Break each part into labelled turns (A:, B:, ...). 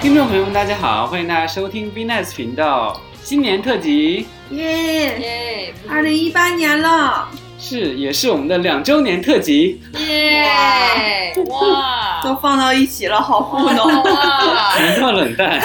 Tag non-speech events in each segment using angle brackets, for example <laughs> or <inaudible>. A: 听众朋友们，大家好，欢迎大家收听 v Nice 频道新年特辑，
B: 耶！
C: 耶！
B: 二零一八年了，
A: 是也是我们的两周年特辑，
C: 耶！哇！
B: 都放到一起了，好糊
C: 哇
B: <laughs> 弄。
C: 哇
A: 怎么这么冷淡，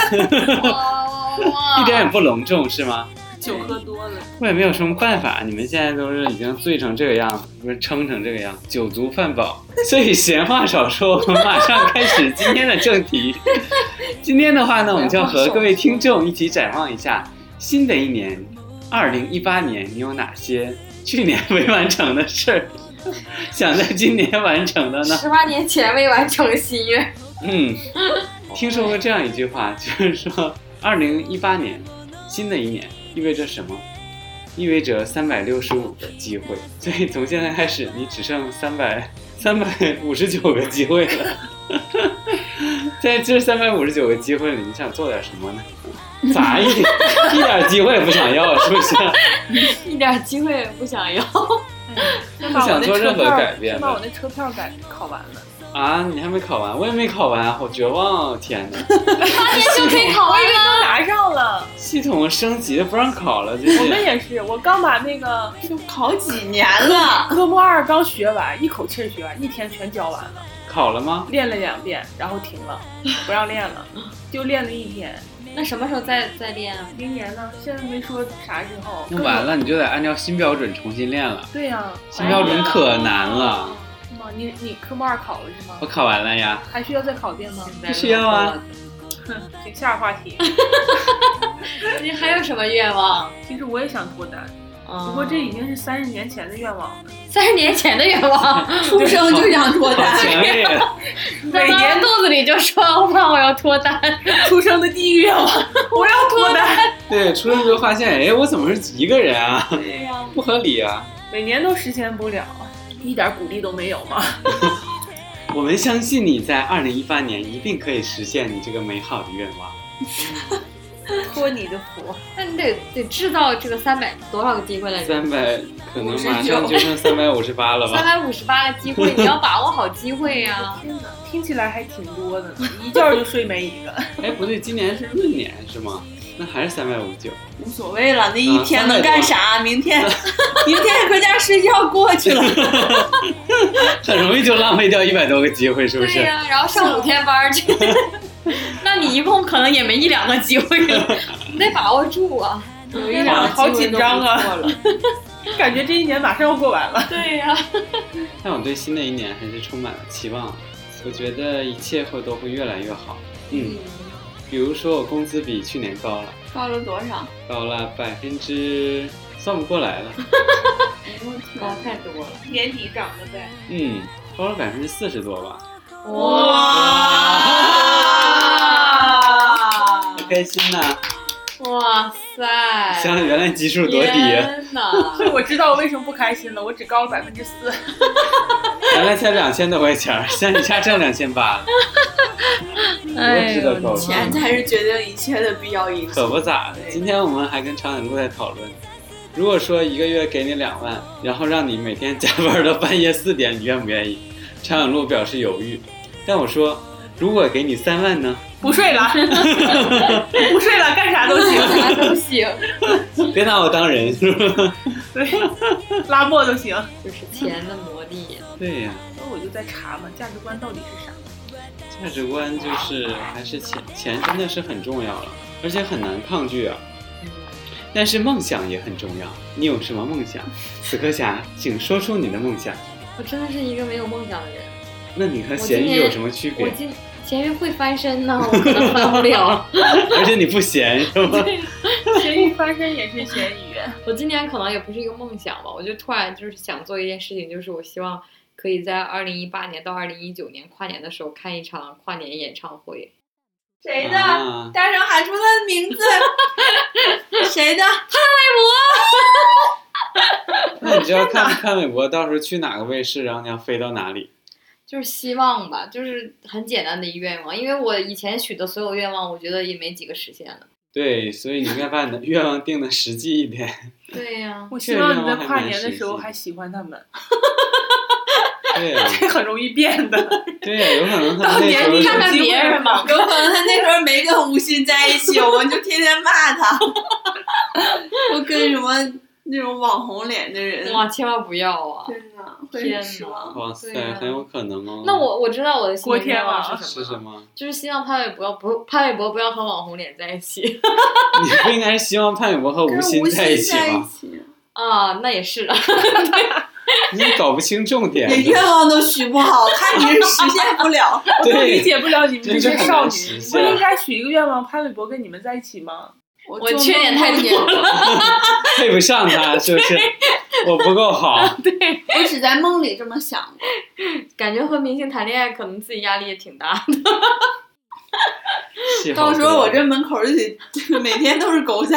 C: 哇哇！
A: 一点也不隆重是吗？
C: 酒喝
B: 多了，
A: 我也没有什么办法，你们现在都是已经醉成这个样子，不是撑成这个样，酒足饭饱。所以闲话少说，我们马上开始今天的正题。 <laughs> 今天的话呢，我们就要和各位听众一起展望一下新的一年，二零一八年，你有哪些去年 <laughs> 没完成的事儿，想在今年完成的呢？
C: 十八年前未完成心愿，
A: 嗯，听说过这样一句话，就是说，二零一八年，新的一年意味着什么？意味着三百六十五个机会，所以从现在开始，你只剩三百三百五十九个机会了。 <laughs> 在这三百五十九个机会里，你想做点什么呢？咋一点 <laughs> 一点机会也不想要，是不是？
C: 一点机会也不想要。
A: 不想做任何改变
D: 把我
A: 的
D: 那车票改考完了，
A: 啊！你还没考完，我也没考完，好绝望、哦！天哪，
C: 八年就可以考完了。
D: 拿上了。
A: 系统升级不让考了，这是。
D: 我们也是，我刚把那个就
B: 好几年了，
D: 科目二刚学完，一口气儿学完，一天全教完了，
A: 考了吗？
D: 练了两遍，然后停了，不让练了，就练了一天。
C: 那什么时候再再练啊？
D: 明年呢？现在没说啥时候。
A: 那完了，你就得按照新标准重新练了。
D: 对呀、
A: 新标准可难了，
D: 是吗？你你科目二考了是吗
A: 我？考完了呀。
D: 还需要再考一遍吗？
C: 不
A: 需要啊。
D: 行，下个话
A: <laughs>
D: 题。
C: 你还有什么愿望？
D: 其实我也想脱单，
C: 不
D: 不过这已经是三十年前的愿望了。
C: 三十年前的愿望，
B: 出生就想脱
A: 好
B: 单，
A: 强烈！
C: 在妈妈肚子里就说：“妈，我要脱单。
D: 出生的第一愿望，我要脱单。
A: 对，出生之后发现，哎，我怎么是一个人啊？
D: 对呀、
A: 不合理啊！
D: 每年都实现不了，一点鼓励都没有吗？
A: 我们相信你在二零一八年一定可以实现你这个美好的愿望。
D: 托你的福，”
C: 那你得得制造这个三百多少个机会来着？
A: 三百可能马上就剩三百五十八了
C: 三
A: 吧？
C: 百五十八个机会，你要把握好机会呀、 <laughs>
D: 天哪，听起来还挺多的呢，一觉就睡没一个，
A: 哎，不对，今年是闰年是吗？那还是三百五十九。
B: 无所谓了。那一天能干
C: 啊
B: 啥？明天， <laughs> 明天回家睡觉过去了。
A: 很容易就浪费掉一百多个机会，是不
C: 对
A: 是？
C: 呀、然后上五天 <laughs> 班儿去， <laughs> 那你一共可能也没一两个机会，你得把握住啊。有一两
D: 哇
C: 个
D: 好紧张啊
B: 过了，
D: <laughs> 感觉这一年马上要过完了。
C: 对呀、
A: 但我对新的一年还是充满了期望。我觉得一切会都会越来越好。嗯，比如说我工资比去年高了。
B: 高了多少？
A: 高了百分之算不过来了，
C: 高太多了，
D: 年底涨的呗，
A: 嗯，高了百分之四十多吧，
B: 哇！
A: 开心呐、
C: 哇塞！
A: 想想原来基数多低，哎啊原
C: 天哪！
D: 所以我知道我为什么不开心了，我只高了百分之四，
A: 来才两千多块钱儿，现在一下挣两千八了，多值得高兴！
B: 钱才是决定一切的必要因
A: 可
B: 素。
A: 不咋的。今天我们还跟长颈鹿在讨论，如果说一个月给你两万，然后让你每天加班到半夜四点，你愿不愿意？长颈鹿表示犹豫，但我说，如果给你三万呢？ <laughs>
D: 不睡了， <laughs> 不睡了，干啥都行，
C: 啥都行，
A: 别拿我当人， <laughs> 是吧？
D: 对， <laughs> 拉磨都行。
C: 就是钱的魔力。
A: 对呀、
D: 那我就在查嘛，价值观到底是啥？
A: 价值观就是还是钱，钱真的是很重要了，而且很难抗拒啊。但是梦想也很重要，你有什么梦想？此刻侠，请说出你的梦想。
C: 我真的是一个没有梦想的人。
A: 那你和咸鱼有什么区
C: 我
A: 别？
C: 今咸鱼会翻身呢，我可能翻不了。
A: <laughs> 而且你不咸是
C: <laughs>
A: 吗？
D: 咸鱼翻身也是咸鱼，
C: 我今年可能也不是一个梦想吧，我就突然就是想做一件事情，就是我希望可以在二零一八年到二零一九年跨年的时候看一场跨年演唱会。
B: 谁的？
A: 啊，
B: 大声喊出他的名字。谁的？
A: 那你就要看看韦伯到时候去哪个卫视，然后你要飞到哪里。
C: <laughs> 就是希望吧，就是很简单的一愿望，因为我以前许的所有愿望，我觉得也没几个实现了。
A: 对，所以你应该把你的 <laughs> 愿望定的实际一点。
C: 对呀、
D: 我希望你在跨年的时候还喜欢他们。
A: 对呀、
D: 这很容易变的。
A: <laughs> 对呀、有可能他
D: 到
A: 们那时
D: 年
A: 候
D: 底
A: 是
C: 看看
D: 有机
C: 别
D: 会
C: 人
D: 嘛，
B: 有可能他那时候没跟吴昕在一起，我们就天天骂他，就跟什么那种网红脸的人，
C: 哇，千万不要啊！
B: 真的会
C: 天
B: 很失
C: 哪
B: 望。
A: 哇塞
C: 对，
B: 啊
C: 呀
A: 很有可能哦。
C: 那我我知道我的心
D: 郭
C: 里
D: 天
C: 愿望
D: 王
C: 是
A: 是
C: 什么
A: 什
B: <laughs>
C: 了，
A: 么？
C: 就是希望潘玮柏不潘玮柏不要和网红脸在一起 <laughs>
A: 你不应该是希望潘玮柏和
B: 跟
A: 吴昕
B: 吴
A: 在
B: 昕
A: 一起
B: 在一
A: 吗？
B: 起，
C: 啊，那也是啊，
A: 你搞不清重点
B: 你，愿望都许不好，看你是实现不了。
D: 我都
A: 对，
D: 理解不了你们这些少
A: 真是很难
D: 女
A: 实，
D: 不
A: 现
D: 应该许一个愿望，潘玮柏跟你们在一起吗？
B: 我
C: 我
B: 就
C: 缺点太
B: 梦
C: 多了，
A: 配不上他，是不是？我不够好，
B: 我只在梦里这
A: <laughs>
B: 么想过。
C: 感觉和明星谈恋爱可能自己压力也挺大。
A: 气好
B: 到时候
A: 多
B: 我这门口就得每天都是狗仔，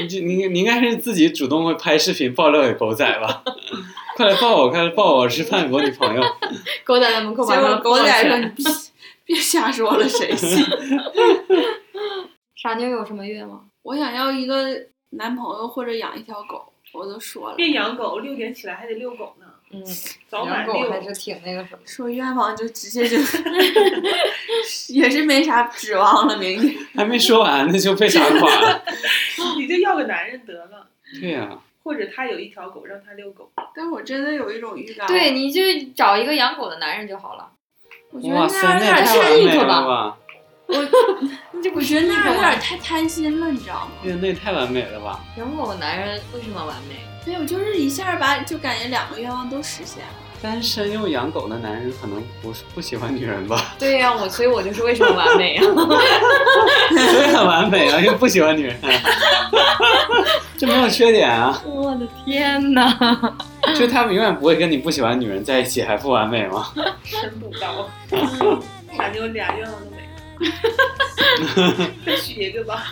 A: 你这你你应该是自己主动会拍视频爆料给狗仔吧？ <laughs> 快来抱我，快来抱我，我是范国女朋友。
C: <laughs> 狗仔在门口把
B: 结
C: 他
B: 果
C: 们
B: 狗仔
C: 抱起
B: 说
C: 来
B: 你别别瞎说了，谁信？ <laughs>
C: 傻妞有什么愿望？
B: 我想要一个男朋友或者养一条狗，我都说了。
D: 别养狗，六点起来还得遛狗呢，
C: 嗯，
D: 早晚
C: 狗
D: 遛
C: 还。是挺那个什么。
B: 说愿望就直接就 <laughs> 也是没啥指望了，明年
A: 还没说完呢就被打垮了。
D: 你就要个男人得了，
A: 对呀、
D: 或者他有一条狗，让他遛狗。
B: <laughs> 但我真的有一种预感，
C: 对，，你就找一个养狗的男人就好了。
B: 我觉得
A: 哇塞，
B: 那
A: 那也
B: 样有
A: 太
B: 点
A: 完
C: 善意
A: 美
C: 了
A: 了
C: 吧
A: 吧！
B: 太，我觉得那样有
C: 善意
B: 点太贪心了，你知道吗？
A: 那那也太完美了吧！
C: 养狗的男人为什么完美？
B: 没有，就是一下把就感觉两个愿望都实现了。
A: 单身又养狗的男人可能不是不喜欢女人
B: <laughs>
A: 吧？
C: 对呀、我所以我就是为什么完美啊？ <laughs>
A: 所以很完美啊，又不喜欢女人， <laughs> 这没有缺点啊。
C: 我的天哪！
A: 就他们永远不会跟你不喜欢女人在一起，还不完美吗？
D: 深度到，傻妞俩愿望都没了，再许一个吧，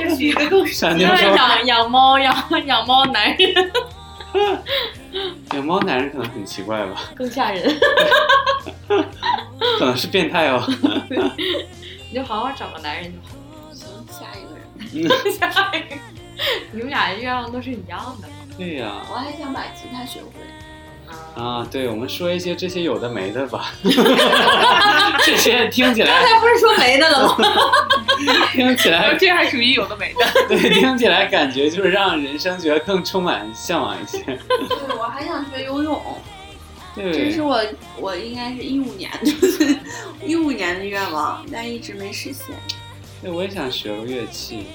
D: 再许一个更
A: 傻妞说
C: 养养猫养 <laughs> 养猫男人
A: 养猫男人可能很奇怪吧，
C: 更吓人，
A: 可能是变态哦。
C: 你就好好找个男人 <laughs> 就好。
B: 行，下一个人，
C: 你们俩愿望都是一样的。
A: 对呀、
B: 我还想把吉他学会，
C: 啊，
A: 啊，对，我们说一些这些有的没的吧， <laughs> 这些听起来
C: <laughs> 他不是说没的 <laughs> 了吗？
A: 听起来
D: 这还属于有的没的。
A: <laughs> 对，听起来感觉就是让人生觉得更充满向往一些。
B: 对我还想学游
A: <laughs>
B: 泳，这
A: 对
B: 是，我我应该是一五年一五年的愿望，但一直没实现。
A: 对，我也想学个乐器，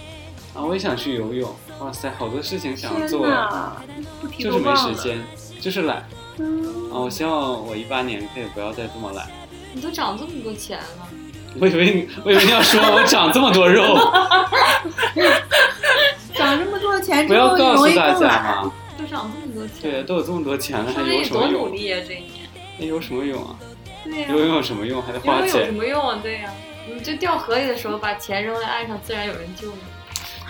A: 啊，我也想去游泳。哇塞，好多事情想
B: 天
A: 做，
B: 哪！
D: 不提
A: 就是没时间，就是懒啊！
B: 嗯
A: 我希望我一八年可以不要再这么懒。
C: 你都长这么多钱了，
A: 我以为你，我以为你要说我长这么多肉，
B: 长这么多钱
A: 不
B: 之后
A: 要
B: 你
A: 告
B: 容
A: 诉
B: 易
A: 大
B: 更
A: 家
B: 懒。
A: 嘛。
C: 都长这么多钱，
A: 对，都有这么多钱了，还
C: 说明
A: 游
C: 你
A: 什么
C: 多努
A: 泳？
C: 力呀、这一年。
A: 还游什么泳啊？
C: 对呀、
A: 游泳有什么用？还得
C: 游
A: 花
C: 泳有什
A: 钱。
C: 么用啊？对呀、你就掉河里的时候把钱扔在岸上，自然有人救你。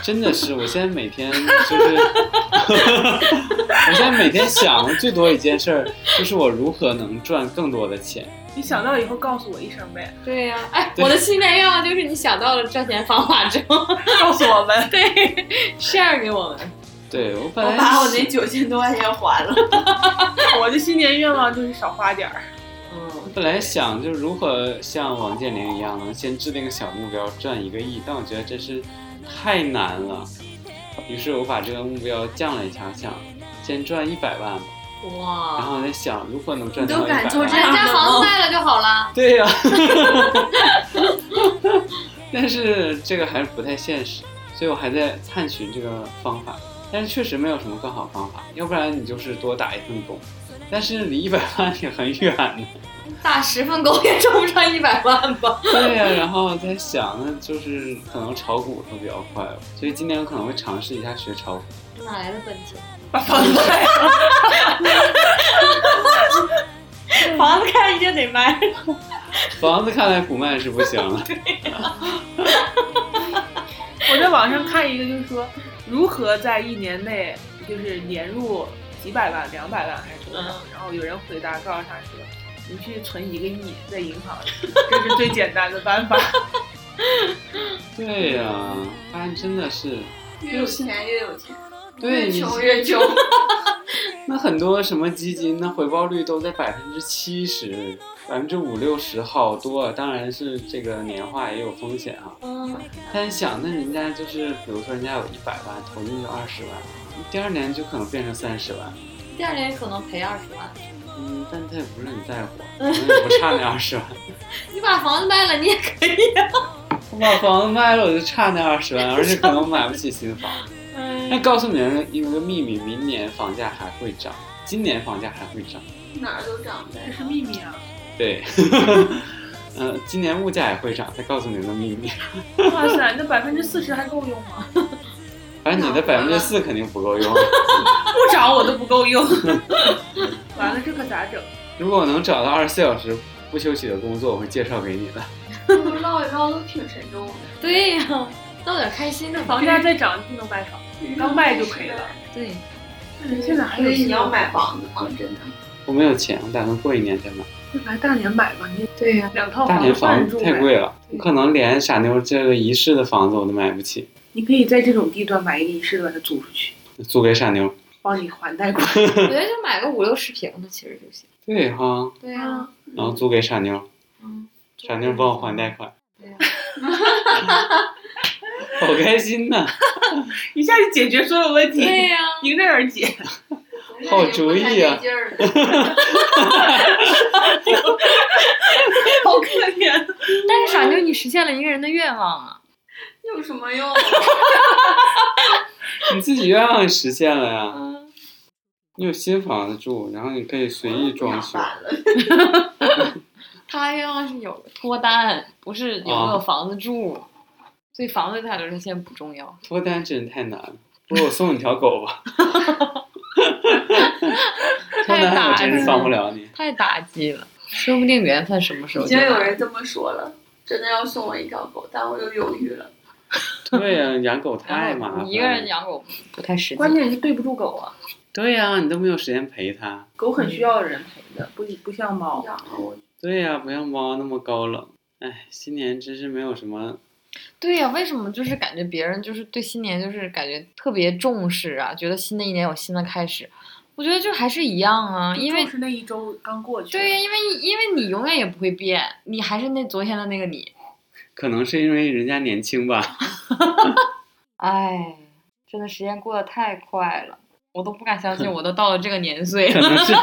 A: 真的是，我现在每天就是，我现在每天想的最多一件事儿就是我如何能赚更多的钱。
D: 你想到以后告诉我一声呗，
C: 对呀、哎，
A: 对
C: 我的新年愿望就是你想到了赚钱方法之后
D: 告诉我们。
C: <laughs> ，share 给我们。
A: 对我本来
B: 我把我
A: 是
B: 那九千多块钱还 <laughs> 了，
D: 我的新年愿望就是少花点儿，
C: 嗯，
A: 本来想就是如何像王健林一样，能先制定个小目标赚一个亿，但我觉得真是太难了。于是我把这个目标降了一下，想先赚一百万吧，然
C: 哇，哎
A: 后我在想如何能赚
B: 哦你
A: 到
B: 都
A: 一
B: 敢
A: 百
B: 做
A: 万
B: 这。样
C: 人家房子卖了就好了。
A: 对呀、 <laughs> 但是这个还是不太现实，所以我还在探寻这个方法。但是确实没有什么更好方法，要不然你就是多打一份工，但是离一百万也很远呢。
C: 打十份工也挣不上一百万吧？
A: 对呀、然后在想，那就是可能炒股会比较快，所以今年我可能会尝试一下学炒股。
C: 哪来的本钱？
D: 把房子卖了。
C: 房子看一定得卖。
A: 房子看来不卖是不行了，
D: 我在网上看一个，就是说如何在一年内就是年入几百万、两百万还是多少？然后有人回答告诉他说，你去存一个亿在银行，这是最简单的办 <laughs> 法。
A: 对呀、发现真的是，
B: 越有钱越有钱，
A: 对你
B: 穷越穷。
A: 那很多什么基金，那回报率都在百分之七十、百分之五六十，好多。当然是这个年化也有风险啊。
C: 嗯，
A: 但是想，那人家就是，比如说人家有一百万，投进去二十万，第二年就可能变成三十万。
C: 第二年可能赔二十万。
A: 嗯，但他也不是很在乎，啊可能也不差那二十万。
C: 你把房子卖了，你也可以。
A: 我把房子卖了，我就差那二十万，而且可能买不起新房。
D: 哎
A: 但告诉你们一个秘密，明年房价还会涨，今年房价还会涨。
B: 哪儿都长呗。
D: 是秘密啊！
A: 对， <laughs> 呃，今年物价也会涨，再告诉你个秘密。
D: 哇塞，那百分之四十还够用吗？ <laughs>
A: 反正你的百分之四肯定不够用。
D: 不找我都不够用。 <laughs> 完了，这可咋整？
A: 如果我能找到二十四小时不休息的工作，我会介绍给你的。
B: 不知道，绕都挺沉重的。
C: 对呀、闹点开心的。
D: 房价再涨不能白炒，刚卖就赔了。
C: 对，
D: 现在还有
B: 所以你要买房子吗？真的？
A: 我没有钱，我打算过一年再买。
D: 来大连买吧，你
C: 对呀、
D: 两套
A: 大连
D: 换
A: 房
D: 住
A: 子
D: 呗
A: 太。贵了，我可能连傻妞这个一室的房子我都买不起，
D: 你可以在这种地段买一个一室，把它租出去，
A: 租给傻妞。
D: 帮你还贷
C: <laughs>
D: 款。
C: 我觉得就买个五六十平的其实就行。
A: 对哈、
C: 对呀、
A: 然后租给傻妞，
C: 嗯，
A: 傻妞帮我还贷款，
C: 对呀、
A: 好开心呐！
D: 一下就解决所有问题，
C: 对呀、
D: 迎刃而解。
A: 好主意啊
B: 那也不太对劲儿了！
D: 好可怜，
C: 但是傻妞，你实现了一个人的愿望啊！
B: 有什么用？啊
A: 你自己愿望实现了呀，
C: 嗯，
A: 你有新房子住，然后你可以 <laughs> 随
C: 嗯
A: 意装修。
B: 烦了。
C: 他愿望是有脱单，不是有没
A: 哦
C: 有房子住。所以房子对他来说现在不重要。
A: 脱单真是太难了，不如我送你条狗
C: <laughs>
A: 吧。脱单我真是帮不了你。
C: 太打击了，说不定缘分什么时候
B: 已
C: 就
B: 经
C: 来
B: 有人这么说了，真的要送我一条狗，但我又犹豫了。
A: 对呀、养狗太麻
C: <laughs> 然后
A: 烦。
C: 你一个人。养狗不太实际。
D: 关键是对不住狗啊，
A: 对呀、你都没有时间陪它。
D: 狗很需要人陪的，不不像猫。
B: 养了我，
A: 对呀、不像猫那么高冷。哎，新年真是没有什么。
C: 对呀、为什么就是感觉别人就是对新年就是感觉特别重视啊？觉得新的一年有新的开始，我觉得就还是一样啊，因为
D: 就是那一周刚过去，
C: 对呀、因为因为你永远也不会变，你还是那昨天的那个你。
A: 可能是因为人家年轻吧，
C: 哎，真的时间过得太快了，我都不敢相信我都到了这个年岁
A: 可
C: 了。
A: 能是，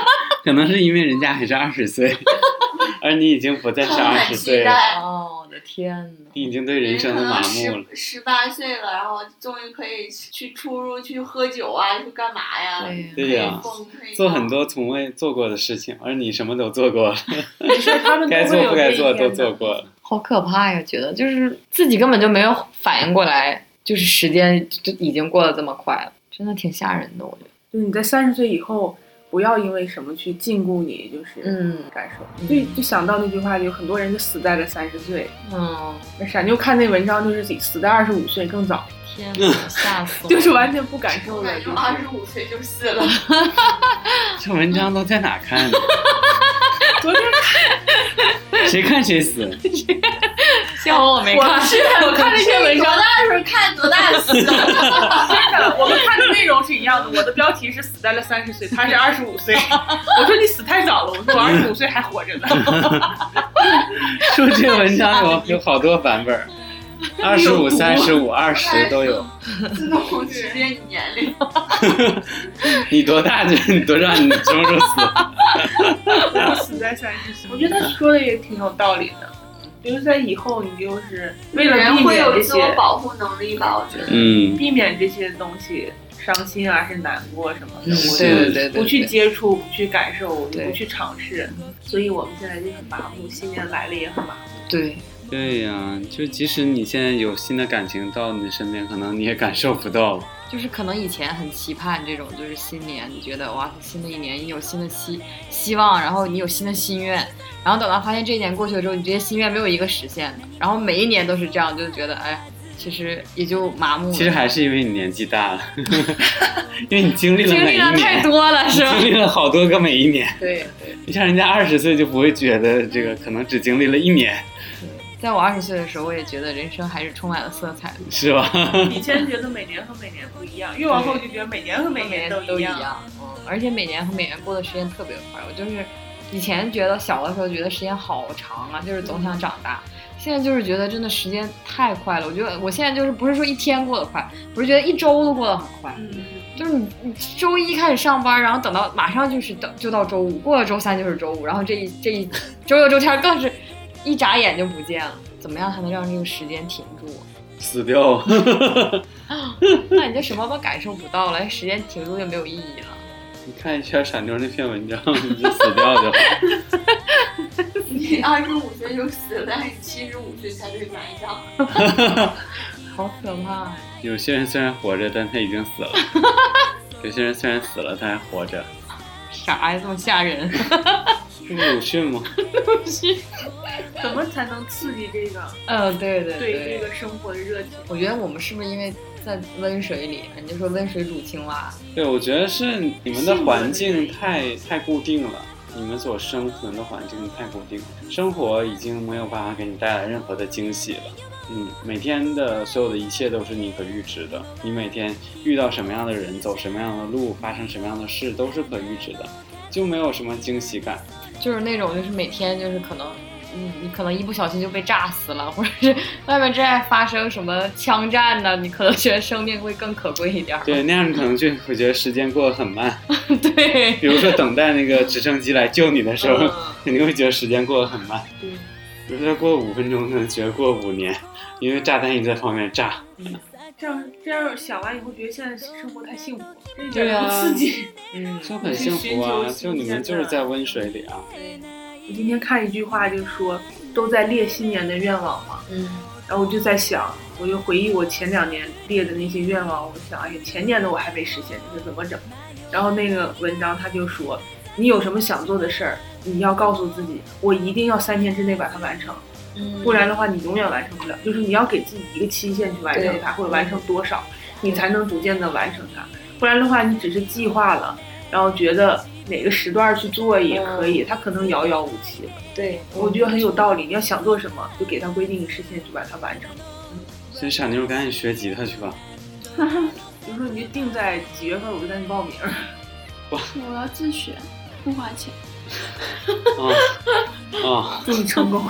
A: 可能是因为人家还是二十岁， <laughs> 而你已经不再是
B: 充
A: 二
B: 满
A: 十
B: 期
A: 岁了，
B: 待
C: <laughs> 哦，我的天呐，
A: 你已经对人生
B: 可
A: 的麻
B: 能
A: 木了。
B: 十十八岁了，然后终于可以去去出入、去喝酒啊，去干嘛呀？
C: 对呀
B: 可
A: 对
B: 以
A: 呀
B: 蹦可以
A: 做很
B: 跳
A: 多从未做过的事情，而你什么都做过了，
D: 只是他们都
A: 该
D: 会
A: 做
D: 有
A: 不
D: 这
A: 该
D: 一
A: 做
D: 天
A: 的
D: 的
A: 都做过。了。
C: 好可怕呀！觉得就是自己根本就没有反应过来，就是时间就已经过得这么快了，真的挺吓人的，我觉得。
D: 就是你在三十岁以后，不要因为什么去禁锢你，就是
C: 嗯
D: 感受。
C: 嗯
D: 就就想到那句话，有很多人就死在了三十岁。
C: 嗯，
D: 那傻妞看那文章，就是自己死在二十五岁更早，
C: <laughs> 天呐，吓死我！
D: 就是完全不感受
B: 我
D: 了。
B: 感觉
D: 就是
B: 二十五岁就死 <laughs> 了，
A: 这文章都在哪看的？
D: 昨天
A: 谁看 <laughs> 谁死。
C: <laughs> 幸好我没
D: 我
C: 看。
D: 是我看那篇文
B: 多
D: 章，
B: 大时候看多大死的，
D: 真的，我们看的内容是一样的。我的标题是死在了三十岁，他是二十五 <laughs> 岁。我说你死太早了，我说我二十五岁还活着呢。
A: 说这个文章有有好多版本儿，二十五、三十五、二十都有。
B: 自动识别你年龄。
A: 你多大就 <laughs> 你多大，你什么时候死？
D: 我死在三十岁，我觉得他说的也挺有道理的。就是在以后，你就是为了避
B: 人会
D: 免
B: 有
D: 这
B: 自我
D: 些，
B: 保护能力吧？我觉得。
A: 嗯，
D: 避免这些东西伤心啊，是难过什么的。我
A: 对
D: 就
A: 对
C: 对
D: 不去接触，不去感受，
C: 对
D: 不去尝试，所以我们现在就很麻木。新年来了也很麻木。
C: 对，
A: 对呀、就即使你现在有新的感情到你身边，可能你也感受不到。
C: 就是可能以前很期盼这种，就是新年，你觉得哇，新的一年你有新的希希望，然后你有新的心愿，然后等到发现这一年过去了之后，你这些心愿没有一个实现的，然后每一年都是这样，就觉得哎，其实也就麻木了。
A: 其实还是因为你年纪大了， <laughs> 因为你经历了
C: 经
A: 每
C: 历
A: 一
C: 了太
A: 年，<laughs>
C: 多了，是吧？
A: 经历了好多个每一年。
C: 对对，
A: 你像人家二十岁就不会觉得这个，可能只经历了一年，
C: 在我二十岁的时候，我也觉得人生还是充满了色彩的，
A: 是吧？ <laughs>
D: 嗯以前觉得每年和每年不一样，越往后就觉得每年和每
C: 每年
D: 都
C: 都
D: 一
C: 一
D: 样。
C: 样。嗯而且每年和每年过的时间特别快。我就是以前觉得小的时候觉得时间好长啊，就是总想长大。现在就是觉得真的时间太快了，我觉得我现在就是不是说一天过得快，我是觉得一周都过得很快。
B: 嗯，
C: 就是你你周一开始上班，然后等到马上就是等就到周五，过了周三就是周五，然后这一这一周六周天更是一眨眼就不见了。怎么样才能让这个时间停住？啊
A: 死掉。
C: 那你这什么都感受不到了，哎时间停住就没有意义了。
A: 你看一下傻妞那篇文章，你就死掉就好。
B: 你二十五岁就死了，但是你七十五岁才被埋葬。
C: 好可怕啊呀！
A: 有些人虽然活着，但他已经 <laughs> 死了；有些人虽然死了，他还活着。
C: 啥呀，这么吓人？
A: 这不是鲁迅吗？
D: 怎么才能刺激这个
C: <laughs> 嗯，对对
D: 对这个生活的热情？
C: 我觉得我们是不是因为在温水里？你就说温水煮青蛙，
A: 对，我觉得是你们的环境太太固定了，你们所生存的环境太固定了，生活已经没有办法给你带来任何的惊喜了。嗯，每天的所有的一切都是你可预知的，你每天遇到什么样的人，走什么样的路，发生什么样的事，都是可预知的，就没有什么惊喜感。
C: 就是那种就是每天就是可能。你你可能一不小心就被炸死了，或者是 <laughs> 外面正在发生什么枪战呢？你可能觉得生命会更可贵一点儿。
A: 对，那样你可能就会觉得时间过得很慢。
C: <laughs> 对，
A: 比如说等待那个直升机来救 <laughs> 你的时候，
D: 嗯
A: 肯定会觉得时间过得很慢。
D: 对
A: 比如说过五分钟，可能觉得过五年，因为炸弹一直在旁边炸。
D: 这样这样想完以后，觉得现在生活太幸福，这一
A: 对
D: 点
A: 啊
D: 都不刺激。
C: 嗯，
A: 就很幸福啊！
D: 去寻求
A: 就你们就是在温水里
B: <laughs>
A: 啊，
D: 我今天看一句话，就说都在列新年的愿望嘛，
C: 嗯，
D: 然后我就在想，我就回忆我前两年列的那些愿望，我想，哎呀，前年的我还没实现，这个怎么整？然后那个文章他就说，你有什么想做的事儿，你要告诉自己，我一定要三天之内把它完成，不然的话你永远完成不了。就是你要给自己一个期限去完成它，或者完成多少，你才能逐渐的完成它。不然的话，你只是计划了，然后觉得哪个时段去做也可以，它可能遥遥无期。
C: 对，
D: 我觉得很有道理。你要想做什么，就给他规定一个时限，就把它完成。
A: 所以傻妞赶紧学吉他去
B: <laughs>
A: 吧。
D: 比如说，你就定在几月份，我就带你报名。 <laughs>
B: 我要自学，不花钱。
A: 啊啊！
D: 祝你成功。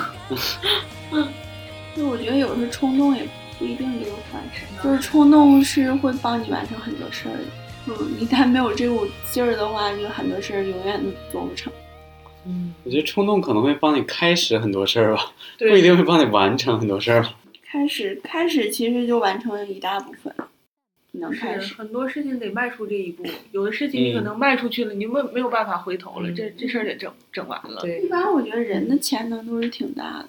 B: 就我觉得有时候冲动也不一定就是坏事，就是冲动是会帮你完成很多事儿的。嗯，一旦没有这股劲儿的话，就很多事儿永远都做不成。
C: 嗯，
A: 我觉得冲动可能会帮你开始很多事儿吧，不
D: 对
A: 一定会帮你完成很多事
B: <laughs>
A: 儿吧。
B: 开始，开始其实就完成了一大部分，能开
D: 是
B: 始。
D: 很多事情得迈出这一步，有的事情你可能迈出去了，你就没没有办法回头了。
C: 嗯
D: 这这事儿得整整完了。
B: 一
C: 对，
B: 般我觉得人的潜能都是挺大的，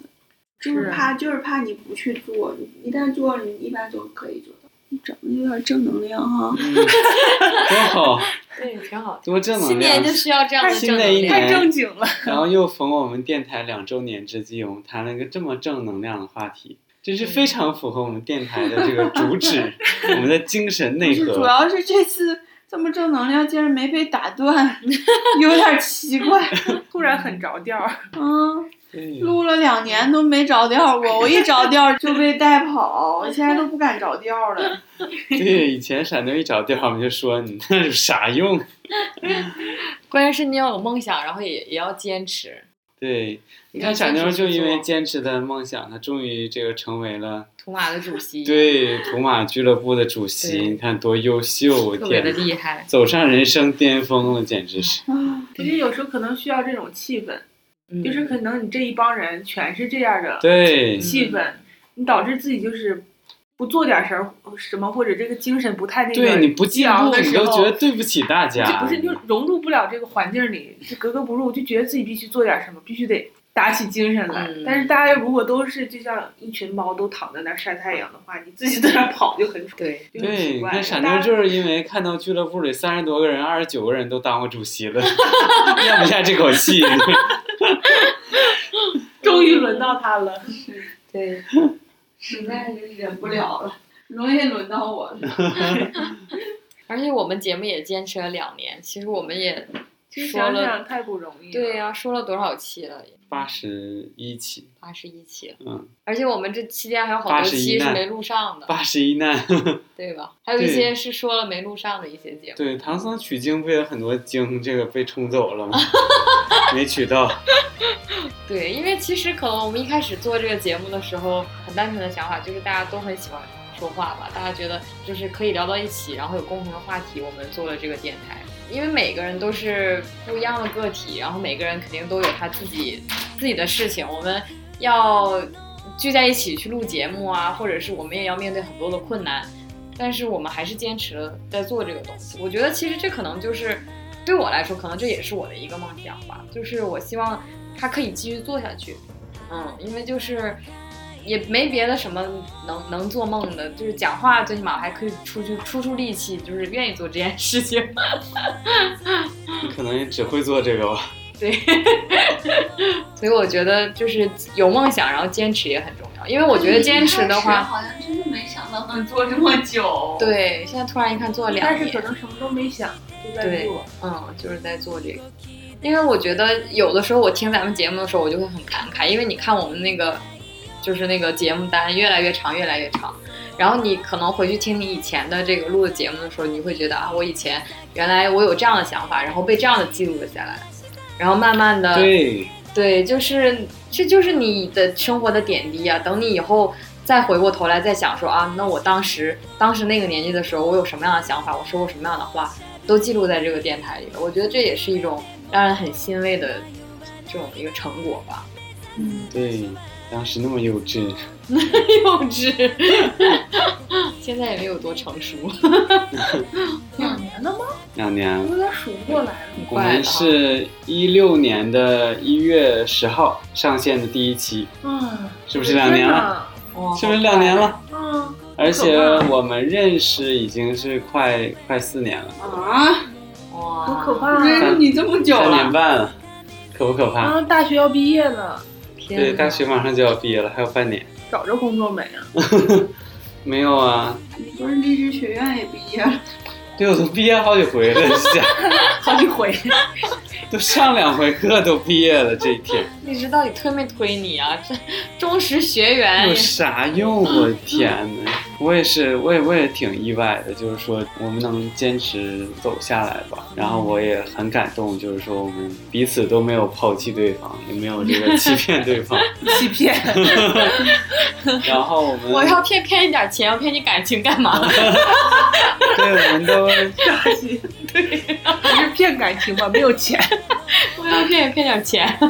B: 就是
D: 是
B: 怕就是怕你不去做，一旦做了，你一般就可以做到。你整的有点正能量哈，
A: 嗯，多好，
C: 对，挺好。
A: 多正能
C: 新年
A: 量
C: 就！需要这样的正
A: 新的一
C: 能量。
A: 年
D: 太正经了，
A: 然后又逢我们电台两周年之际，我们谈了一个这么正能量的话题，真是非常符合我们电台的这个主
B: <laughs>
A: 旨，我们的精神
B: 不
A: 内
B: 是主
A: 核。
B: 要是这次这么正能量竟然没被打断， <laughs> 有点奇怪。
D: 突然很着调儿。
B: 嗯，
A: 对
B: 录了两年都没着调过，我一着调就被带跑，我现在都不敢着调了。
A: <laughs> 对，以前闪妞一找调，我们就说你那有啥用？
C: 关键是你要有梦想，然后也也要坚持，
A: 对，你
C: 嗯
A: 看傻妞就因为
C: 坚持去
A: 坚持
C: 做
A: 的梦想，她终于这个成为
D: 嗯
A: 了
C: 图马的主席，，
A: 对土马俱乐部的主席，
C: 对
A: 你看多优秀！我
C: 特别的
A: 天，
C: 厉害。
A: 走上人生巅峰了，简直
D: <laughs>
A: 是。
B: 啊，
D: 我觉得有时候可能需要这种气氛，
C: 嗯
D: 就是可能你这一帮人全是这样的
A: 对，嗯
D: 气氛，你导致自己就是不做点什儿什么，或者这个精神不太那个
A: 对，你不进
D: 激昂
A: 步，
D: 的
A: 你
D: 时
A: 都
D: 候，
A: 觉得对不起大
D: 就
A: 家。
D: 不是就融入不了这个环境里，就格格不入，就觉得自己必须做点什么，必须得打起精神来。
C: 嗯
D: 但是大家如果都是就像一群猫都躺在那儿晒太阳的话，你自己在那儿跑就很
C: 对，
D: 就很
A: 对，
D: 奇
A: 你
D: 怪。
A: 看傻
D: 大
A: 妞
D: 家
A: 就是因为看到俱乐部里三十多个人，二十九个人都当过主席
D: <laughs>
A: 了，咽不下这口气。 <laughs>
D: 终于轮到他了，
C: 对，
B: 实在是忍不了了，容易轮到我了。
C: 而且我们节目也坚持了两年，其实我们也
D: 其实
C: 说
D: 想
C: 了
D: 想太不容易了。
C: 对呀、啊说了多少期了，
A: 八十一期，
C: 八十一期了，
A: 嗯，
C: 而且我们这期间还有好多期
A: 81
C: 是
A: 呢
C: 没录上的，
A: 八十一难。
C: 对吧？还有一
A: 对
C: 些是说了没录上的一些节目。
A: 对，唐僧取经不也有很多经这个被冲走了吗？没取到，
C: 对，因为其实可能我们一开始做这个节目的时候，很单纯的想法就是大家都很喜欢说话吧，大家觉得就是可以聊到一起，然后有共同的话题，我们做了这个电台。因为每个人都是不一样的个体，然后每个人肯定都有他自己自己的事情，我们要聚在一起去录节目啊，或者是我们也要面对很多的困难，但是我们还是坚持了在做这个东西。我觉得其实这可能就是对我来说，可能这也是我的一个梦想吧，就是我希望它可以继续做下去。嗯，因为就是也没别的什么能能做梦的，就是讲话最起码还可以出去出出力气，就是愿意做这件事情。
A: 你可能也只会做这个吧。
C: 对，所以我觉得就是有梦想，然后坚持也很重要。因为我觉得坚持的
B: 一开始
C: 话，
B: 好像真的没想到能做这么久。，
C: <laughs> 对，现在突然一看做 <laughs> 了两
D: 但是可
C: 年，
D: 能什么都没想，就在
C: 对
D: 做。
C: 嗯，就是在做这个。因为我觉得有的时候我听咱们节目的时候，我就会很感慨，因为你看我们那个就是那个节目单越来越长，越来越长。然后你可能回去听你以前的这个录的节目的时候，你会觉得啊，我以前原来我有这样的想法，然后被这样的记录了下来，然后慢慢的
A: 对，
C: 对，就是这就是你的生活的点滴啊。等你以后再回过头来再想说啊，那我当时当时那个年纪的时候，我有什么样的想法，我说过什么样的话，都记录在这个电台里了。我觉得这也是一种让人很欣慰的这种一个成果吧。
B: 嗯，
A: 对，当时那么幼稚，
C: 幼稚，现在也没有多成熟。
D: 两年了吗？
A: 两年
D: 我有点数不过来了。
A: 我
C: 怪了
A: 们是一六年的一月十号上线的第一期，
D: 嗯，
A: 是不是两年了？
D: 了？
C: 哇
A: 是不是两年？
C: 哦好快啊
A: 了？
D: 嗯，
A: 而且我们认识已经是快快四年了，
B: 啊，
C: 哇，
D: 好可！怕
B: 我认
D: 啊！
B: 识你这么久
A: 三年
B: 了，
A: 半了，可不可怕？
D: 啊，大学要毕业了，
C: 天
A: 对，
C: 哪
A: 大学马上就要毕业了，还有半年。
D: 找着工作没啊？
A: 没有啊，
B: 你不是励志学院也毕业了？
A: 对我都毕业好几回了， <laughs> 想
D: <laughs> 好几回。
A: 都上两回课都毕业了，这一天
C: 律师到底推没推你啊？这忠实学员
A: 有啥用？哎我天呐，我也是，我也我也挺意外的，就是说我们能坚持走下来吧。然后我也很感动，就是说我们彼此都没有抛弃对方，也没有这个欺骗对方。
D: 欺骗，
A: <laughs> 然后我
C: 我
A: 们
C: 要骗骗你点钱，我骗你感情干嘛？
A: 对我们都
D: 扎心，对，不是骗感情吧？没有钱，
C: 我要骗你骗点钱。
A: <laughs>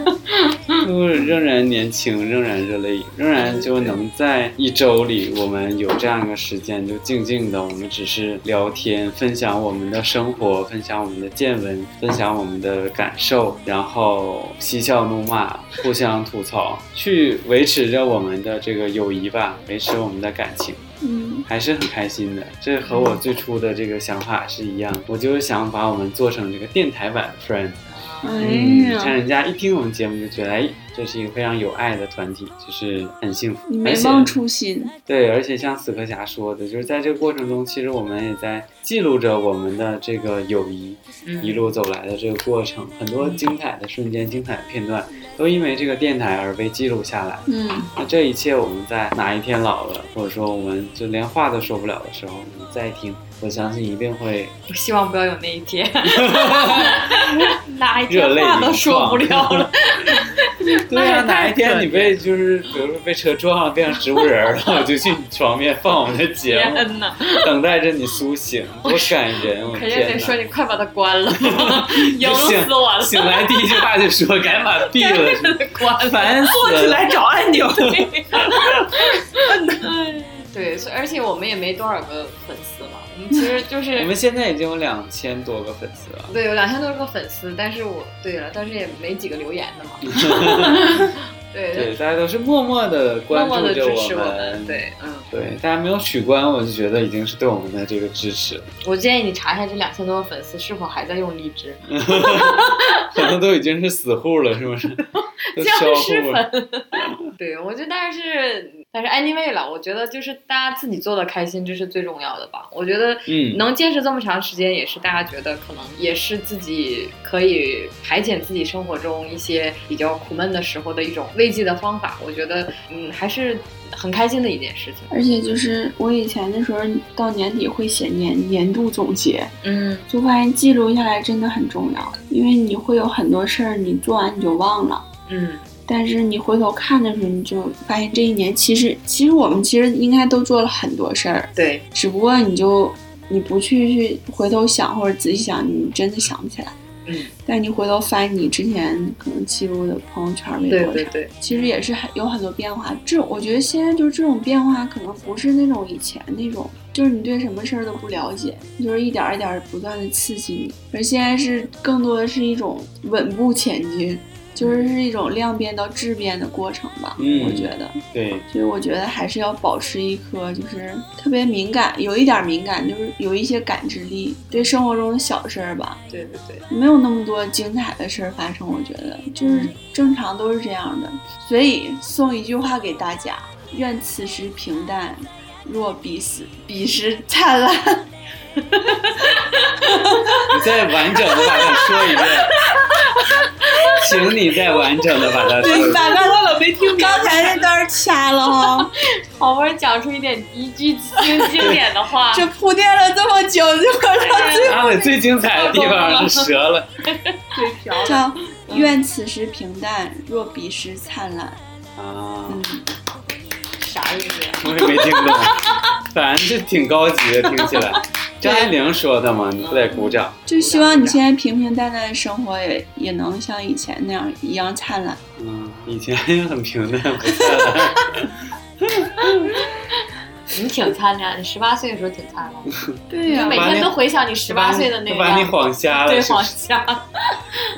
A: 都仍然年轻，仍然热泪盈，仍然就能在一周里，我们有这样一个时间，就静静的，我们只是聊天，分享我们的生活，分享我们的见闻，分享我们的感受，然后嬉笑怒骂，互相吐槽，去维持着我们的这个友谊吧，维持我们的感情。
B: 嗯，
A: 还是很开心的，这和我最初的这个想法是一样，我就是想把我们做成这个电台版的 Friend，嗯，
B: 哎
A: 你看
B: 呀，
A: 人家一听我们节目就觉得，哎，这是一个非常有爱的团体，就是很幸福。
B: 你
A: 而
B: 没
A: 且
B: 忘初心。
A: 对，而且像死磕侠说的，就是在这个过程中，其实我们也在记录着我们的这个友谊一路走来的这个过程，很多精彩的瞬间、精彩的片段，都因为这个电台而被记录下来。
B: 嗯，
A: 那这一切，我们在哪一天老了，或者说我们就连话都说不了的时候，我们再听，我相信一定会
C: 我希望不要有那一天， <laughs> 哪一
A: 热
C: 天
A: 泪
C: 话都
A: 盈
C: 说
A: 眶
C: 不了了。
A: <laughs> 对呀、
D: 那也太
A: 哪一
D: 可
A: 天你
D: 怜
A: 被就是比如说被车撞了，变成植物人儿了，我就去你床边放我们的节目，
C: 天
A: <laughs>
C: 哪！
A: 等待着你苏醒，多感人！我
C: 肯定得
A: 天
C: 说
A: 哪！
C: 你快把它关了， <laughs> 赢
A: 醒
C: 死我了，
A: 醒来第一句话就说 <laughs> 赶紧把闭
C: <laughs>
A: 了， <laughs>
C: 关了。
A: 烦
D: 过
A: 死
D: 去
A: 了！
D: 来找按钮。
C: 对，所以而且我们也没多少个粉丝了，我们其实就
A: 我
C: 是
A: 们现在已经有两千多个粉丝了，
C: 对有两千多个粉丝，但是我对了，但是也没几个留言
A: <laughs>
C: 的嘛。
A: 对，大家都是默默的
C: 默
A: 关
C: 默的
A: 注
C: 支
A: 着
C: 持我
A: 们，
C: 对，嗯，
A: 对，大家没有取关，我就觉得已经是对我们的这个支持了，
C: 我建议你查一下这两千多个粉丝是否还在用荔枝，
A: 可能都已
C: <laughs>
A: 经是死户了，是不是？都
C: 僵
A: 销
C: 尸
A: 户了，
C: <laughs> 粉。对，我觉得但是但是 anyway 了，我觉得就是大家自己做的开心，这是最重要的吧。我觉得
A: 嗯，
C: 能坚持这么长时间，也是大家觉得可能也是自己可以排遣自己生活中一些比较苦闷的时候的一种慰藉的方法。我觉得，嗯，还是很开心的一件事情。
B: 而且就是我以前的时候，到年底会写年年度总结，
C: 嗯
B: 就发现记录下来真的很重要，因为你会有很多事儿你做完你就忘了。
C: 嗯
B: 但是你回头看的时候，你就发现这一年其实，其实我们其实应该都做了很多事儿，
C: 对，
B: 只不过你就你不去去回头想或者仔细想，你真的想不起来。
C: 嗯，
B: 但你回头翻你之前可能记录的朋友圈、微博
C: 对
B: 啥
C: 对对，
B: 其实也是很有很多变化。这种我觉得现在就是这种变化，可能不是那种以前那种，就是你对什么事儿都不了解，就是一点儿一点儿不断的刺激你。而现在是更多的是一种稳步前进，
C: 嗯
B: 就是是一种量变到质变的过程吧。
A: 嗯
B: 我觉得，
A: 对，
B: 所以我觉得还是要保持一颗就是特别敏感，有一点儿敏感，就是有一些感知力，对生活中的小事儿吧，
C: 对对对，
B: 没有那么多精彩的事儿发生，我觉得就是正常都是这样的。所以送一句话给大家：愿此时平淡，若彼时彼时灿烂。
A: 你再完整的把它说
C: <laughs>
A: 一遍，请你再完整的把它说一
B: <laughs> 对，
A: 遍。
B: 大
D: 我
B: 家
D: 忘了没听明白
B: 刚才那段儿掐了哈，
C: 好不容易讲出一点一句经经典的 <laughs> 话，
B: 这铺垫了这么久，结果
A: <laughs>
B: 让
A: 阿伟最精彩的地方是折
C: <laughs>
A: 了，
D: 嘴瓢了。
B: 叫愿此时平淡，若彼时灿烂。
A: 啊，
B: 嗯，
C: 啥意思呀？
A: 我也没听
C: <laughs>
A: 懂，反正是挺高级的，听起来。张爱玲说的嘛，你不得鼓掌？
B: 就希望你现在平平淡淡的生活也也能像以前那样一样灿烂。
A: 嗯，以前很平淡，不灿烂。
C: 你挺灿烂，你十八岁的时候挺灿烂的，
B: 对
C: 就每天都回想你 <laughs> 十八岁的那
A: 都
C: 个
A: 把
C: 样
A: 你
C: 子。
A: 晃瞎了
C: 对，
A: 是不
C: 黄
A: 是。
C: 瞎。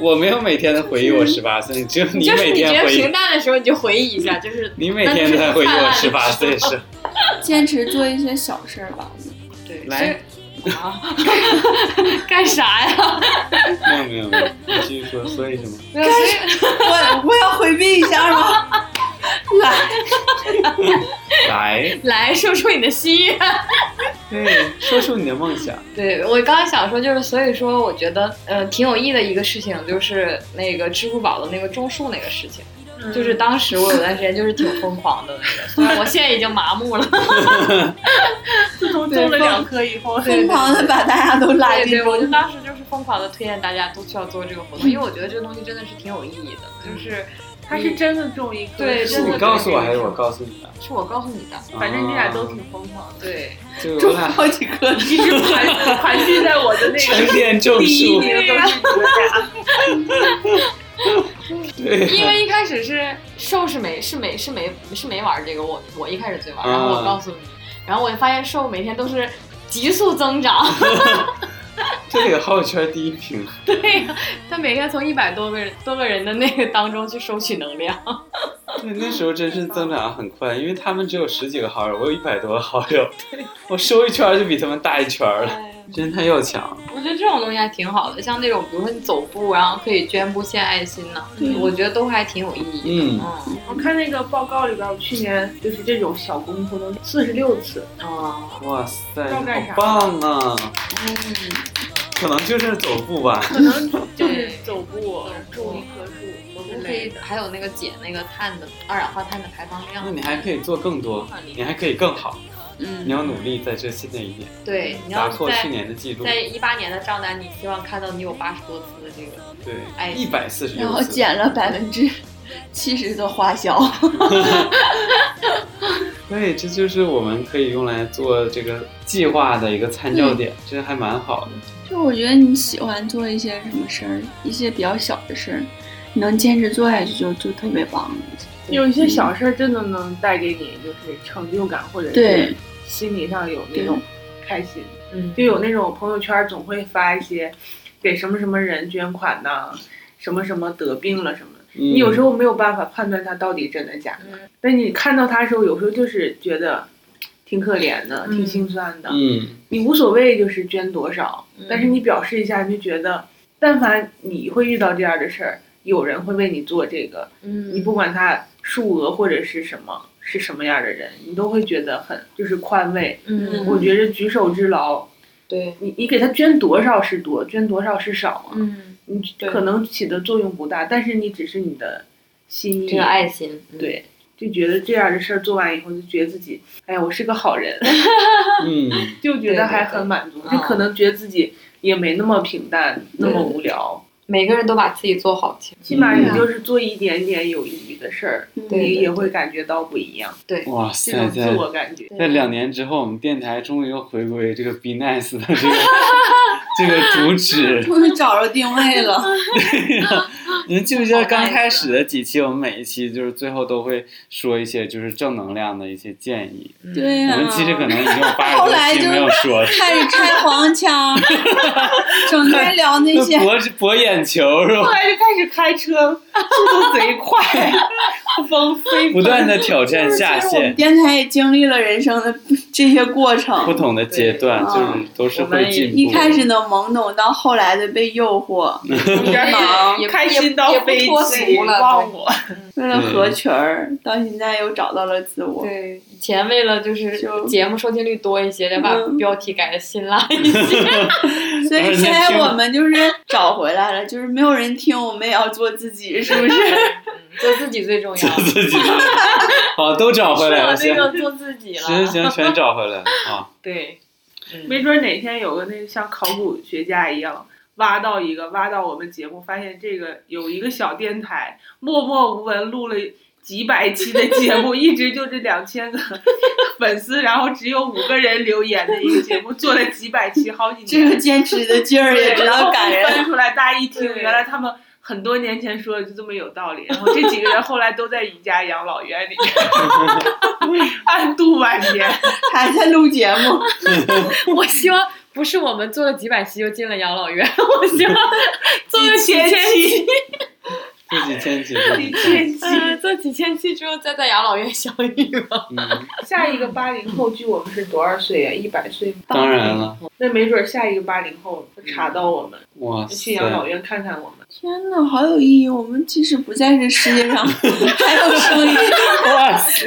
A: 我没有每天的回忆我十八岁，只有你
C: 就是
A: 每
C: 你觉
A: 天
C: 得
A: 回忆
C: 平，淡的时候，你就回忆一下，就是
A: <laughs> 你每天都在回忆我十八岁是。 <laughs>
B: 坚持做一些小事儿吧。我觉得
C: 对，
A: 来
C: 所以啊， <laughs> 干啥呀？
A: 没有没有没有，你继续说，所以什么？
C: 没有，所以
B: <laughs> 我我要回避一下 <laughs> 吗？来，
A: 来，
C: <laughs> 来说出你的心愿。
A: 对，说出你的梦想。
C: <laughs> 对我刚刚想说，就是所以说，我觉得呃挺有意义的一个事情，就是那个支付宝的那个种树那个事情，
D: 嗯
C: 就是当时我有段时间就是挺疯狂的那个， <laughs> 虽嗯然我现在已经麻木 <laughs> 了。
D: 自从种了两颗以后，
B: 疯狂的把大家都拉
C: 对
B: 进
C: 对，我就
B: 去。
C: 当时就是疯狂的推荐大家都需要做这个活动，因为我觉得这个东西真的是挺有意义的，就是
D: 他是真的种一颗，
C: 对
A: 是
C: 真
A: 你
C: 的
A: 告诉我还是我告诉你的？
C: 是我告诉你的。
D: 反正你俩都挺疯狂的，
C: 对， <laughs>
A: 就我俩
B: 好几个，
D: 一直盘盘踞在我的 <laughs> 那
A: 成
D: 个
A: 天种
D: 第一
A: 树，
D: 名都是你们俩。
A: 对，
C: 因为一开始是瘦是没是没是没是没玩这个，我我一开始最玩，
A: 啊
C: 然后我告诉你，然后我就发现瘦每天都是急速增 <laughs> 长，
A: <laughs> 这个号圈第一名，
C: 对，他每天从一百多个人多个人的那个当中去收取能量，
A: 对，那时候真是增长得很快，因为他们只有十几个好友，我有一百多个好友，我收一圈就比他们大一圈了，真太要强了。
C: 我觉得这种东西还挺好的，像那种比如说你走步，然后可以捐布献爱心呢、
B: 对
C: 我觉得都还挺有意义的。
A: 嗯，
C: 嗯
D: 我看那个报告里边，我去年就是这种小功夫都四十六次，
C: 啊，
A: 哇塞，
D: 要干啥
A: 好棒啊！
C: 嗯，
A: 可能就是走步吧，
D: 可能就是走步种一棵树，
C: 我
D: 我们
C: 可以还有那个减那个碳的二氧化碳的排放
A: 那
C: 量，
A: 你还可以做更多，
C: 很厉
A: 你
C: 害。
A: 还可以更好，你
B: 嗯，
A: 要努力在这新的一年
C: 对，你
A: 打
C: 要
A: 破
C: 在
A: 去年的记录，
C: 在一八年的账单，你希望看到你有八十多次的这个，哎
A: 对，一百四十
B: 然
A: 六
B: 后
A: 次，
B: 减了百分之七十的花销。
A: 对，这就是我们可以用来做这个计划的一个参
B: 嗯
A: 照点，这还蛮好的。
B: <laughs> 就我觉得你喜欢做一些什么事儿，一些比较小的事儿，你能坚持做下去就就特别棒了。
D: 有一些小事儿真的能带给你就是成就感，或者是
B: 对
D: 心理上有那种开心，
C: 嗯
D: 就有那种朋友圈总会发一些给什么什么人捐款呐、什么什么得病了什么的。
A: 你
D: 你有时候没有办法判断他到底真的假的，
C: 嗯
D: 但你看到他的时候，有时候就是觉得挺可怜的，
C: 嗯
D: 挺心酸的。
A: 嗯，
D: 你无所谓就是捐多少，
C: 嗯
D: 但是你表示一下，你就觉得，但凡你会遇到这样的事儿，有人会为你做这个，
C: 嗯
D: 你不管他数额或者是什么，是什么样的人，你都会觉得很就是宽慰。
B: 嗯
D: 我觉着举手之劳，
C: 对，
D: 你你给他捐多少是多，捐多少是少啊，
C: 嗯，
D: 你
C: 对
D: 可能起的作用不大，但是你只是你的心意，
C: 这个爱心，嗯，
D: 对，就觉得这样的事儿做完以后，就觉得自己，哎呀，我是个好
C: <laughs>
D: 人，
A: 嗯，
D: 就觉
C: 对对
D: 得还很
C: 对
D: 满足，
C: 嗯
D: 就可能觉得自己也没那么平淡，那么无聊，
C: 每个人都把自己做好，其实
D: 起码
A: 对
D: 你
A: 啊
D: 就是做一点点有意义的事儿，
C: 嗯对对
D: 你也会感觉到不一样，
B: <laughs>
C: 对，
A: 哇
D: 这
A: 塞，
D: 种自
A: 在
D: 我感觉。
A: 在两年之后，我们电台终于又回归这个 be nice 的
B: <laughs>
A: 这个这个主旨。
B: 终于找着定位
C: <laughs>
B: 了。
A: 你记不记得刚开始的几期，我们每一期就是最后都会说一些就是正能量的一些建议。
C: 嗯
B: 对呀、
A: 我们其实可能已经有八十
B: 后来
A: 多期
B: 就
A: 没有说，
B: 开始开
A: <laughs>
B: 黄腔，整天聊那些。
A: 博博眼球是
D: 后
A: 吧？
D: 来就开始开车，速度贼
C: <laughs>
D: 快，风飞
A: 不断的挑战
B: 其
A: 下
B: 实我们
A: 限，
B: 电台也经历了人生的 <laughs> 这些过程，
A: 不同的阶段
B: 对
A: 就是都
C: 啊
A: 是
D: 我们
A: 会进步。
B: 一开始的懵懂，到后来的被诱惑，
A: 嗯
D: 有点
B: 忙
C: 也
D: 开
C: 也
D: 心到
C: 也不
D: 飞
C: 脱
D: 起，
C: 俗了
D: 忘
C: 对
D: 我。
B: 为了合
A: 嗯
B: 群儿，到现在又找到了自我。
C: 对，以前为了就是
B: 就
C: 节目收听率多一些，得把
B: 嗯
C: 标题改的辛辣一些。
B: 所以现在我们就是找回来了，就是没有人听，我们也要做自己， <laughs> 是不是？
C: 嗯做自己最重
A: <laughs>
C: 要，
A: 自己，好，都找回来了，
C: <laughs> 是啊
A: 行
C: 我那个做自己了。
A: 行行，全找回来了
C: <laughs>
A: 啊！
C: 对，嗯
D: <laughs> 没准哪天有个那像考古学家一样挖到一个，挖到我们节目，发现这个有一个小电台默默无闻录了几百期的节目， <laughs> 一直就这两千个 <laughs> 粉丝，然后只有五个人留言的一个节目，做了几百期，好几
B: 这个
D: 年，
B: 坚持的劲儿也
D: 对
B: 知
D: 然后
B: 道感
D: 翻
B: 人。
D: 出来，大家一听，
C: 对
D: 原来他们。很多年前说的就这么有道理，然后这几个人后来都在宜家养老院里 <laughs> 安度晚
B: <laughs>
D: 年。
B: 还在录节目， <laughs>
A: <laughs>
C: 我希望不是我们做了几百期就进了养老院， <laughs> 我
A: <laughs>
C: 希望做了
D: 几千
C: 千
D: 期，
A: 自己牵起自己
D: 几
A: 牵，
D: 千期，
B: <laughs>
C: 呃，做几千期之后再在养老院相遇吧。
A: 嗯，
D: 下一个八零后，距我们是多少岁呀、啊一百岁吗？
A: 当然了，
D: 那没准儿下一个八零后就查到我们，
A: 哇
D: 去养老
A: 塞，
D: 院看看我们。
B: 天哪，好有意义！我们即使不在这世界上， <laughs> 还有声音，
A: 哇塞，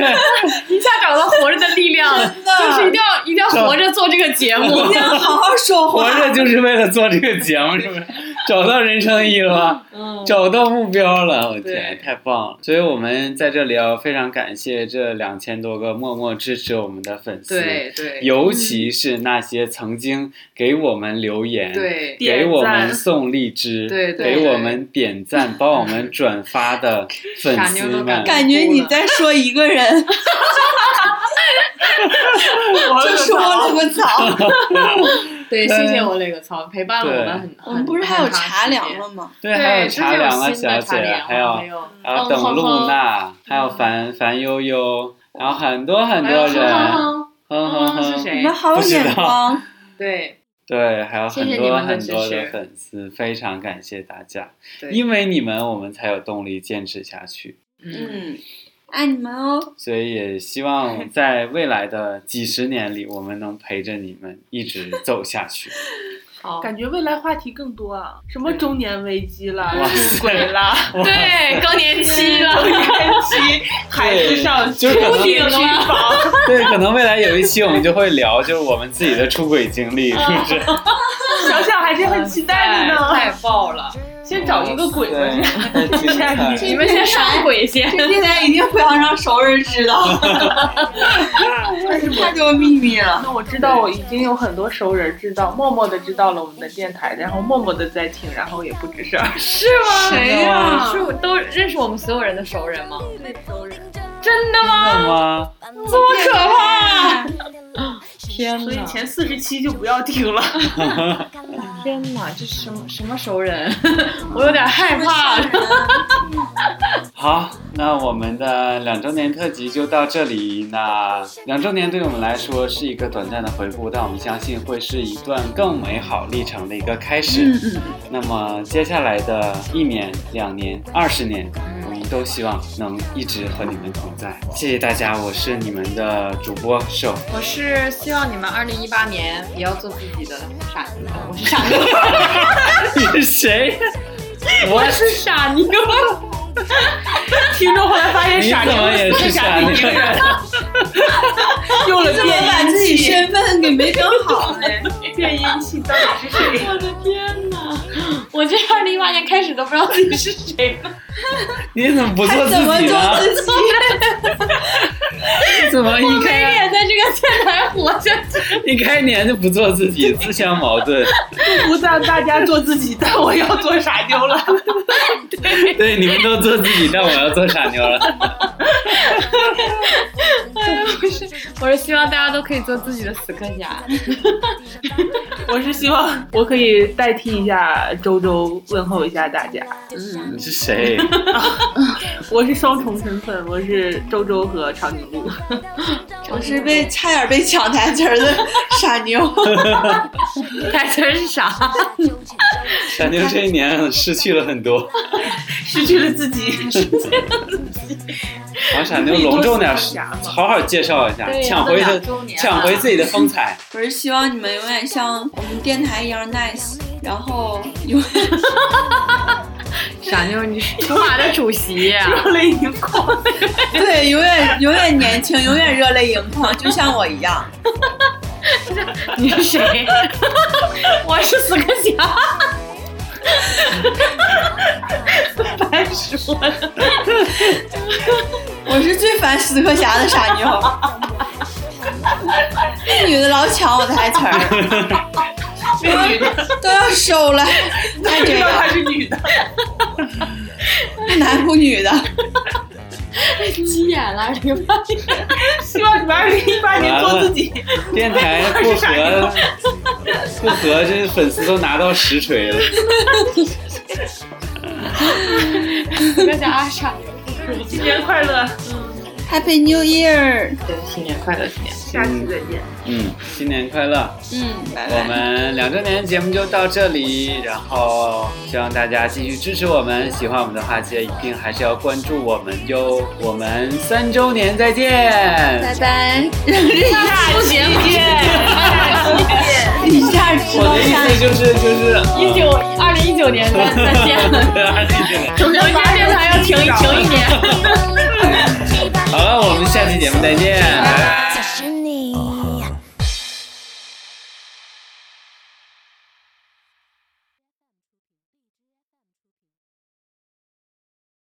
C: 一下找到活着的力量了，
B: 真的
C: 就是一定要一定要活着做这个节目。
B: 一定要好好说
A: 活
B: 话。
A: 着就是为了做这个节目，是不
C: <laughs>
A: 是？找到人生意义了吧？
C: 嗯，
A: 找到目标了，我天
C: 对，
A: 太棒了！所以我们在这里要非常感谢这两千多个默默支持我们的粉丝，
C: 对对
A: 尤其是那些曾经给我们留言，
C: 对
A: 给我
D: 点
A: 们
D: 赞
A: 送荔枝，
C: 对对
A: 给我们点
C: <laughs>
A: 赞、帮我们转发的粉
C: 傻
A: 丝
C: 妞都
A: 们
C: 敢，
B: 感觉你在说一个人，就
D: 就
B: 说了个 <laughs> 槽。
C: 对，谢谢我那个操，陪伴了我们很。
B: 我
C: 很
B: 们不是还有茶
C: 很长
B: 凉
C: 时间
B: 了吗？
A: 对，
C: 对，
A: 还有
C: 这
A: 茶
C: 就
A: 凉啊，
C: 新
A: 小
C: 的茶
A: 姐，
C: 凉
A: 还
C: 啊
A: 有
C: 还有
A: 还有
C: 嗯
A: 等露
C: 哼
A: 娜，还有
C: 嗯
A: 樊樊悠悠，然后很多很
C: 还
A: 多
C: 有
A: 人，
C: 嗯
A: 嗯
C: 哼嗯
A: 哼哼
C: 哼哼是
A: 哼，
B: 你
C: 谁
B: 们？好有眼光，
C: 对
A: 对，还有
C: 谢
A: 很
C: 谢你
A: 多
C: 们的
A: 很
C: 支
A: 多的
C: 持
A: 粉丝，非常感谢大家，
C: 对，
A: 因为你们我们才有动力坚持下去，
C: 嗯，
B: 嗯，爱你们哦。
A: 所以也希
C: <laughs>
A: 望在未来的几十年里，我们能陪着你们一直走下去。
C: 好，
D: 感觉未来话题更多啊，什么中年危机啦、
A: 哇
D: 出轨
A: <laughs>
D: 啦、
C: 对更年期了，
D: 中年期、孩子上学、
A: 就是可能
D: 父亲去房，
A: <laughs> 对，可能未来有一期我们就会聊，就是我们自己的出轨经历，是不是？
D: 想想还是很期待的
A: <laughs>
D: 呢。
C: 太爆了！
D: 先找一个鬼吧，
A: 对，太精彩了
C: <laughs> 你们先上轨先，
B: 这电台一定不要让熟人知道， <laughs> 太多秘密了。
D: 那我知道，我已经有很多熟人知道，默默的知道了我们的电台，然后默默的在听，然后也不吱声。
A: 啊
C: 是吗？
A: 谁呀
C: 是我都认识我们所有人的熟人吗？
E: 真的
A: 真的
E: 吗？
A: 吗？
E: 这么可怕！啊
C: 天
D: 所以
C: 哪！
D: 前四十期就不要听了。
C: 天哪！这什么什么熟人？ <laughs> 我有点害怕。
A: 好，那我们的两周年特辑就到这里。那两周年对我们来说是一个短暂的回顾，但我们相信会是一段更美好历程的一个开始。
B: 嗯嗯，
A: 那么接下来的一年、两年、二十年，我们都希望能一直和你们同在。谢谢大家，我是你们的主播手。
C: <laughs> 我是希望你们二零一八年也要做自己的傻妞，我是 <laughs> 傻妞，
A: <laughs> 你是谁？
C: 我是傻妞。
D: 听众后来发现
A: 你
D: 傻
A: 怎么也
D: 妞
A: 是
D: 是
A: 傻
D: 傻
A: 妞
D: 子一个人，用了
B: 怎么把
D: 变
B: 自己
D: 音器，
B: 身份给没整好呢？
D: 变音器到底是谁？
C: 我的天哪！我这二零一八年开始都不知道自己是谁了。
A: <laughs> 你怎么不做
B: 还
A: 自
B: 怎么
A: 己 <laughs>
B: 做
A: 呢？
B: 自己？啊
A: 怎么一
C: 没
A: 开
C: 脸在这个电台活下去。
A: 一开年就不做自己，自相矛盾。
D: 不让大家做自己，但我要做傻妞 <laughs> 了。
A: 对，你们都做自己，但我要做傻妞了。
C: 我是希望大家都可以做自己的死磕侠。
D: 我是希望我可以代替一下周周问候一下大家。
A: 你是谁？
D: 我是双重身份，我是周周和长颈鹿。
B: 我是 <laughs> 被差点被抢台词儿的傻妞。
C: 台词是啥？
A: 傻妞这一年失去了很多，
D: <laughs> 失去了自
A: <laughs>
D: 己，
A: 把傻妞隆重
D: <laughs>
A: 点
D: 你做自己吧，
A: 好好介绍一下，抢回她，抢回自己的风
D: <laughs>
A: 采。
B: 我是希望你们永远像我们电台一样 nice，然后永远
C: 傻妞，你 <laughs> 是筹码的主席、
D: 热泪盈眶。
B: <laughs> 对，永远永远年轻，永远热泪盈眶，就像我一样。
C: 你是谁？ <laughs> 我是死磕侠。 <laughs>
D: 白说了，
B: 我是最烦死磕侠的傻妞，那女的老抢我台词儿，
D: 是女的，
B: 都要收了，还这
D: 知道她
B: 样，
D: 是女的。
B: 不男不女的，
C: 急眼了，这个
D: 希望你们二零一八年做自 <laughs> 己。
A: 电台不和，不和，这粉丝都拿到实锤了。
C: 死磕侠啊傻妞。
D: 新年快乐，
B: Happy New Year！
C: 新年快乐，新年
D: 下期再见。
A: 嗯，新年快乐！
B: 嗯，拜
A: 我
B: 拜。
A: 们两周年节目就到这里，然后希望大家继续支持我们，喜欢我们的话，记得一定还是要关注我们哟。我们三周年再见，
B: 拜， <laughs>
C: 下期见。
B: 一下知
A: 我
B: 道
A: 的意
B: 下
A: 思就是就是
C: 一九二零一九年再再见。
A: 嗯 <laughs>
C: 我们这电台要停停一年。
A: 好了，我们下期节目再见，拜拜。